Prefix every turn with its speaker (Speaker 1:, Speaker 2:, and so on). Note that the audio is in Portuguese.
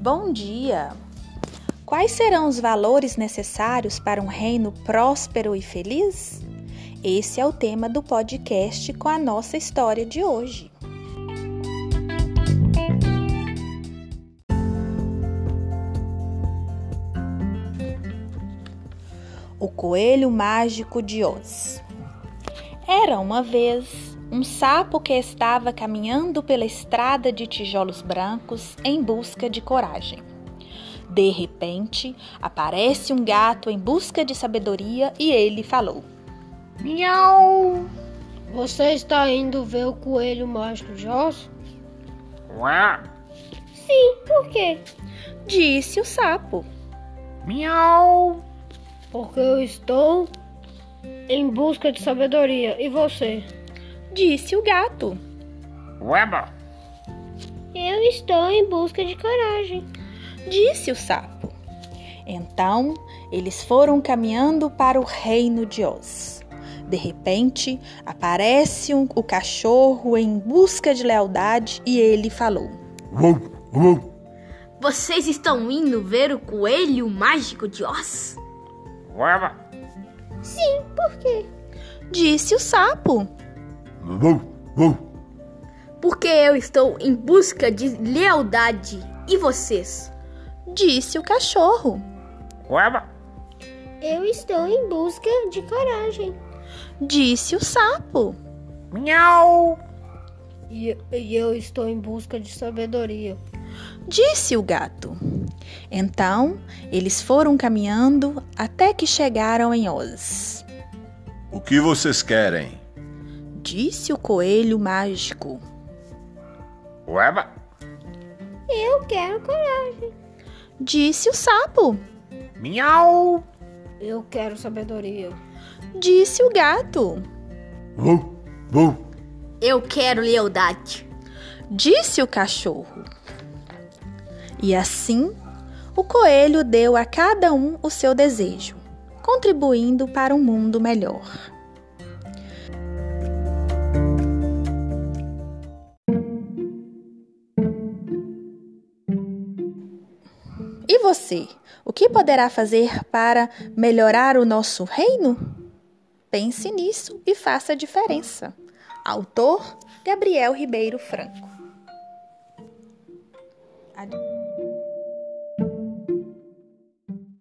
Speaker 1: Bom dia! Quais serão os valores necessários para um reino próspero e feliz? Esse é o tema do podcast com a nossa história de hoje. O Coelho Mágico de Oz Era uma vez um sapo que estava caminhando pela estrada de tijolos brancos em busca de coragem. De repente, aparece um gato em busca de sabedoria e ele falou:
Speaker 2: Miau! Você está indo ver o coelho mágico de Oz?
Speaker 3: Ué,
Speaker 2: Sim, por quê?
Speaker 1: Disse o sapo.
Speaker 3: miau,
Speaker 2: Porque eu estou em busca de sabedoria. E você?
Speaker 1: Disse o gato.
Speaker 3: ueba,
Speaker 2: Eu estou em busca de coragem.
Speaker 1: Disse o sapo. Então, eles foram caminhando para o reino de Oz. De repente, aparece um- o cachorro em busca de lealdade e ele falou:
Speaker 4: Vocês estão indo ver o coelho mágico de Oz?
Speaker 3: ueba,
Speaker 1: Disse o sapo.
Speaker 4: Porque eu estou em busca de lealdade. E vocês?
Speaker 1: Disse o cachorro.
Speaker 3: ueba,
Speaker 2: Eu estou em busca de coragem.
Speaker 1: Disse o sapo.
Speaker 3: miau,
Speaker 2: E, e eu estou em busca de sabedoria.
Speaker 1: Disse o gato. Então eles foram caminhando até que chegaram em Oz.
Speaker 5: O que vocês querem?
Speaker 1: Disse o coelho mágico.
Speaker 3: ueba,
Speaker 2: Eu quero coragem.
Speaker 1: Disse o sapo.
Speaker 3: miau,
Speaker 2: Eu quero sabedoria.
Speaker 1: Disse o gato.
Speaker 4: Eu quero lealdade.
Speaker 1: Disse o cachorro. E assim o coelho deu a cada um o seu desejo, contribuindo para um mundo melhor. E você, o que poderá fazer para melhorar o nosso reino? Pense nisso e faça a diferença. Autor Gabriel Ribeiro Franco. Ad-